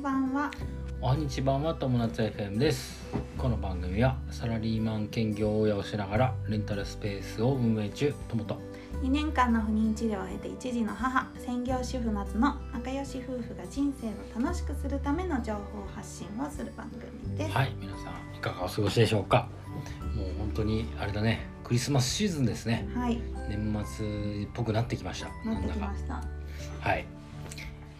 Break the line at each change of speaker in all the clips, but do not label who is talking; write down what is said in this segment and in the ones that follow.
版は
おはにちばんは友達 FM ですこの番組はサラリーマン兼業親をしながらレンタルスペースを運営中ともと
2年間の不妊治療を経て一児の母専業主婦夏の仲良し夫婦が人生を楽しくするための情報発信をする番組です、
はい皆さんいかがお過ごしでしょうかもう本当にあれだねクリスマスシーズンですね
はい、
年末っぽくなってきました
なってき
な
ま
んだ
したは
かはい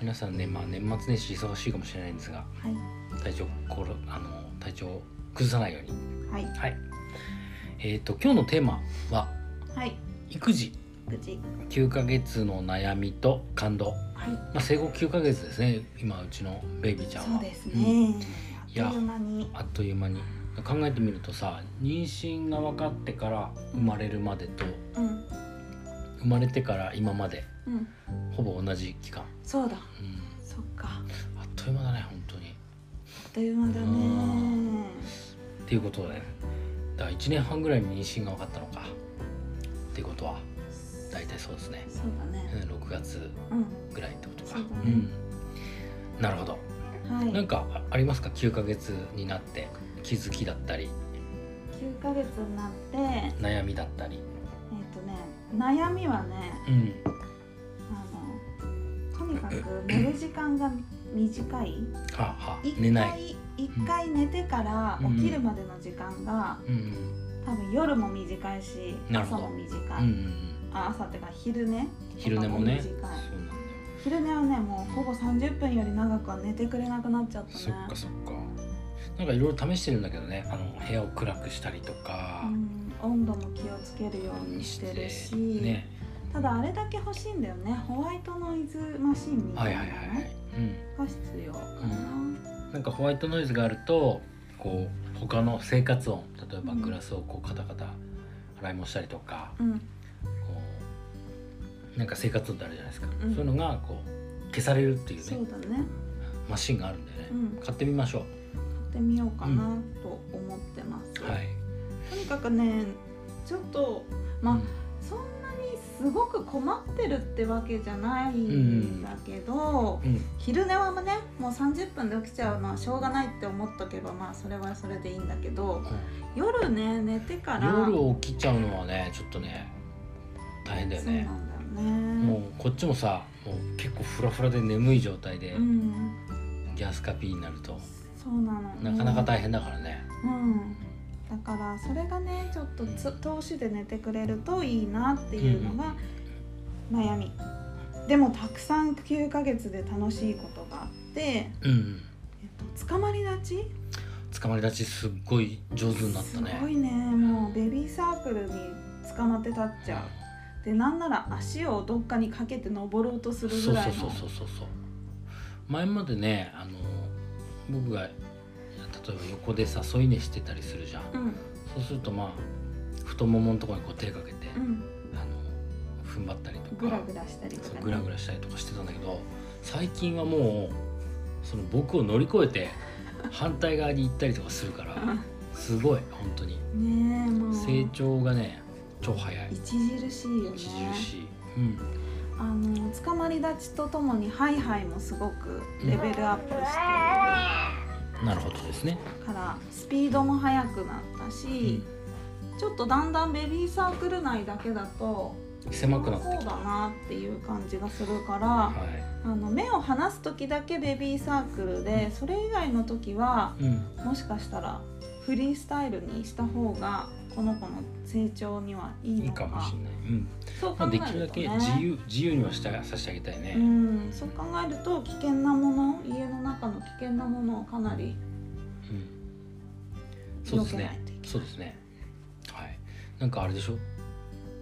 皆さんねまあ年末年始忙しいかもしれないんですが
い
体調ころあの体調を崩さないように
はい
はいえっ、と今日のテーマは
はい
育児
口
9ヶ月の悩みと感動、
はい
まあ、生後9ヶ月ですね今うちのベイビーちゃん
そ
は
うです
うん
ね、あっという間に
あっという間に考えてみるとさ妊娠が分かってから生まれるまでと
うん
生まれてから今まで
うん
ほぼ同じ期間、
そうだ
うん、
そっかあ
あっという間だね本当に
っという間だ
う
ね
んっていうことで、ね、だから1年半ぐらいに妊娠が分かったのかっていうことは大体そうですね
そうだね
うん6月
うん
ぐらいってことか
そうだね
うん、なるほど
はい
なんかあありますか9ヶ月になって気づきだったり
9ヶ月になってえっ、
悩みだったり、
とね悩みはね
うん、
あのとにかく寝る時間が短い
はあはあ
一
寝ない、
回一回寝てから
うん
起きるまでの時間が、
うん
多分夜も短いし
なるほ
朝
ど
も短
うんう
い、
んうん、
あ朝っていうか昼寝
昼寝も
とか
ねそう
短い
なんだよ
昼寝はねもうほぼ30分より長くは寝てくれなくなっちゃったね
そっかそっかなんかいろいろ試してるんだけどねあの部屋を暗くしたりとか
う、ん、温度も気をつけるようにしてるし、
ね
ただあれだけ欲しいんだよねホワイトノイズマシンみ
は
た
い
いな
はいはいは
の
い、うん
が必要かな、
なんかホワイトノイズがあるとこう他の生活音例えば
うん
グラスをこうカタカタ洗い物したりとか、
うん
こうなんか生活音ってあるじゃないですか、
うん
そういうのがこう消されるっていう
そ
ね
うだね
マシンがあるんだよね、
うん
買ってみましょ
やってみようかなと思ってます、
うはい、
とにかくねちょっとまあ
うん
そんなにすごく困ってるってわけじゃないんだけど、
うん
昼寝はねもう30分で起きちゃうのはしょうがないって思っとけばまあそれはそれでいいんだけど夜ね寝てから
夜起きちゃうのはねちょっとね大変だよ
そう
ね
なんだよね
もうこっちもさもう結構フラフラで眠い状態で
うん
ギャスカピーになると
そうなの
なかなか大変だからね、
うんだからそれがねちょっとつ投資で寝てくれるといいなっていうのが悩み、でもたくさん9ヶ月で楽しいことがあって、え
うんうん、
っと、捕まり立ち
捕まり立ちすっごい上手になっ
す
たね
ごいねもうベビーサークルに捕まって立っちゃうでなんなら足をどっかにかけて登ろうとす
そう
る
そ
ぐ
う
らいの
そうそうそうそう前までねあの僕が例えば横でさ添い寝してたりするじゃん、
うん
そうするとまあ太もものところにこう手かけて、
うん
あの踏ん張ったりとか
グラグラしたりと
そう
か、ね、
グラグラしたりとかしてたんだけど最近はもうその僕を乗り越えて反対側に行ったりとかするからすごい本当に
ねえもう
成長がね超早い
著しいよね
著しい、うん、
あの捕まり立ちとともにハイハイもすごくレベルアップしている
なるほどですね、
からスピードも速くなったし、ちょっとだんだんベビーサークル内だけだと
うん狭くなって
そ
き
う
た
だなっていう感じがするか
は、
らあの目を離す時だけベビーサークルでそれ以外の時はい
うん、
もしかしたらフリースタイルにした方がこの子の成長にはいい
いい
の
か
か
もしれない、うん
そう考
まあ、
え
で
る
き
と、ね、
るだけ自由自由にはしてあさせてあげたいね、
うん、そう考えると危険なもの家の中の危険なものをかなり
うんそう
避
です
けない
ね
といけ
そうですねはいなんかあれでしょ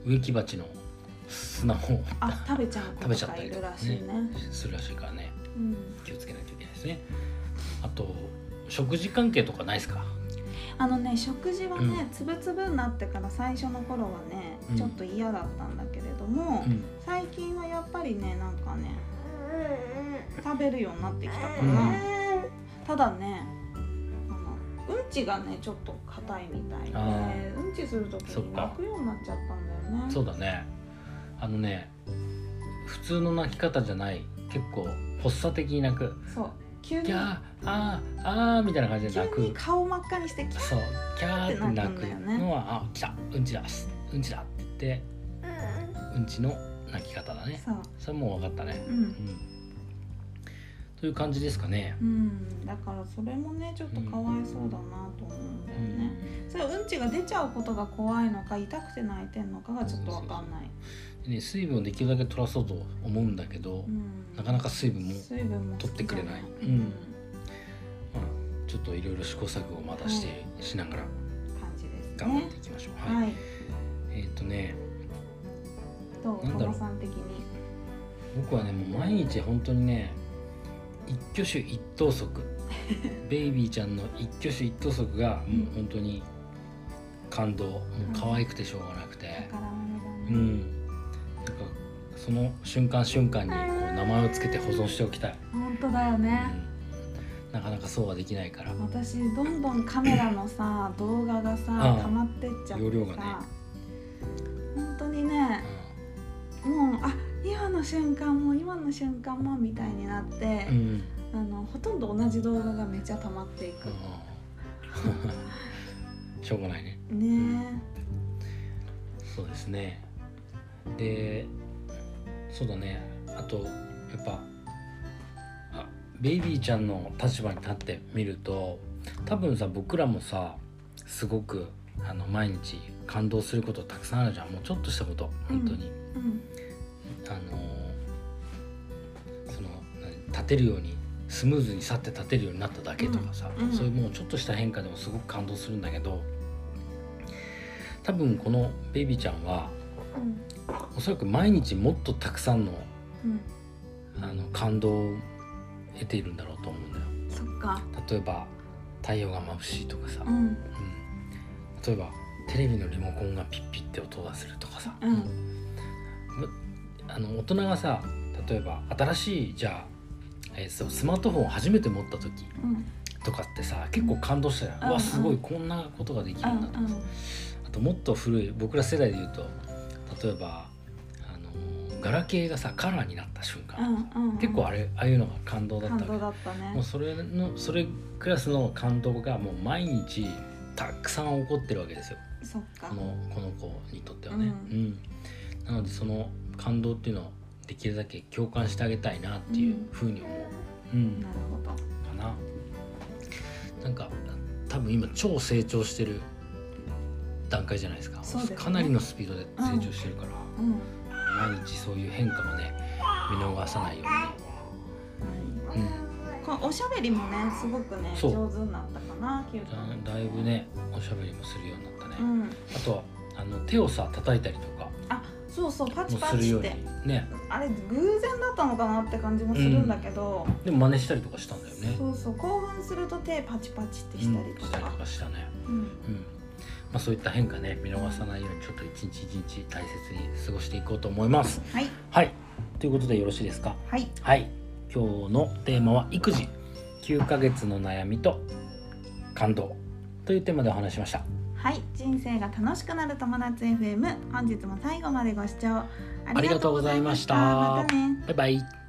植木鉢の砂を
ない、あ食べちゃう
食
子
べち
と
ゃっ
か
たり
い
と
る
から
しいね
するらしいからね
うん、
気をつけないといけないですねあと食事関係とかないですか
あのね食事はね、
う
つぶつぶになってから最初の頃はね、
うん
ちょっと嫌だったんだけれども、
うん
最近はやっぱりねなんかね食べるようになってきたから、
うん
ただねあのうんちがねちょっと硬いみたいで
あー
うんちする時
そっ
に
か
泣くようになっちゃったんだよね
そうだねあのね普通の泣き方じゃない結構発作的に泣く
そう急
キ
に
ャーあーあーみたいな感じで
急
泣く
に顔真っ赤にしてき
そうキャーって泣
って
く
なったんだよね
のはあ来たうんちだすうんちだって言ってうんちの泣き方だね
そう
それもう分かったね
う
うんんという感じですかね
うんだからそれもねちょっとかわいそうだなと思うんだよね、それはうんちが出ちゃうことが怖いのか痛くて泣いてんのかがちょっとわかんない、
うんでね水分をできるだけ取らそうと思うんだけど、
うん、
なかなか水分も、
水分も
取ってくれない
好き
う
じゃ
ん
うん
まあ、ちょっといろいろ試行錯誤をまたして、しながら
感じです
頑張っ
ね
ていきましょう、
はい、
はい、えっ、とね
どう
なんだろ
小
う
田さん的に
僕はねもう毎日本当にね一挙手一投 足ベイビーちゃんの一挙手一投足がもう本当に感動もう可愛くてしょうがなくて
宝物だ
う
ね、
んなんかその瞬間瞬間にこう名前をつけて保存しておきたい、
本当だよ
う
ね、
ん、なかなかそうはできないから
私どんどんカメラのさ動画がさ
ああ
溜まってっちゃって
容
さ、
量がね
本当にねもうあ今の瞬間も今の瞬間もみたいになって
う、ん
あのほとんど同じ動画がめちゃ溜まっていく、
うんしょうがないね
ね
そうですねでそうだねあとやっぱあベイビーちゃんの立場に立ってみると多分さ僕らもさすごくあの毎日感動することたくさんあるじゃんもうちょっとしたこと本当に、
えうん
あのーその何立てるようにスムーズに去って立てるようになっただけとかさ、
うんうん
そういうもうちょっとした変化でもすごく感動するんだけど多分このベイビーちゃんは
うん
おそらく毎日もっとたくさんの
うん
あの感動を得ているんだろうと思うんだよ。
そっか
例えば太陽が眩しいとかさ、
う
うん
ん
例えばテレビのリモコンがピッピッて音がするとかさ、
うん
あの大人がさ例えば新しいじゃあ、えーそうスマートフォンを初めて持った時
うん
とかってさ結構感動したじゃん、
うん
うわすご
う
い
ん
こんなことができ
う
るん
ん
だとかさ、あともっと古い僕ら世代で言うと例えばあのガラケーがさカラーになった瞬
う
間、
んうんうん
結構あれああいうのが感動だった
感
わけ
動だったね
もうそれのそれクラスの感動がもう毎日たくさん起こってるわけですよ
そっか
このこの子にとってはね、う
うん
なのでその感動っていうのをできるだけ共感してあげたいなっていうふうに思う、う
な
ん
るほど
かななんか多分今超成長してる段階じゃないですか
そうですね
かなりのスピードで成長してるから、
うん
毎日そういう変化をね見逃さないようにね、
こうおしゃべりもねすごくね
そう
上手になったかなキュート
うん、だだいぶねおしゃべりもするようになったね、
うん
あとはあの手をさ叩いたりとか
あそうそうパチ
も
パ
する
チ
よ
っ
う
て
にね
あれ偶然だったのかなって感じもするんだけど、
でも真似したりとかしたんだよね
そうそう興奮すると手パチパチってしたり
うん
と
したり
か
と、かしたね、
うん
うんまあ、そういった変化ね見逃さないようにちょっと一日一日大切に過ごしていこうと思います
はい
はいということでよろしいですか
はい
はい今日のテーマは育児9ヶ月の悩みと感動というテーマでお話ししました
はい人生が楽しくなる友達 FM 本日も最後までご視聴あ
ありがとうございました
またね
バイバイ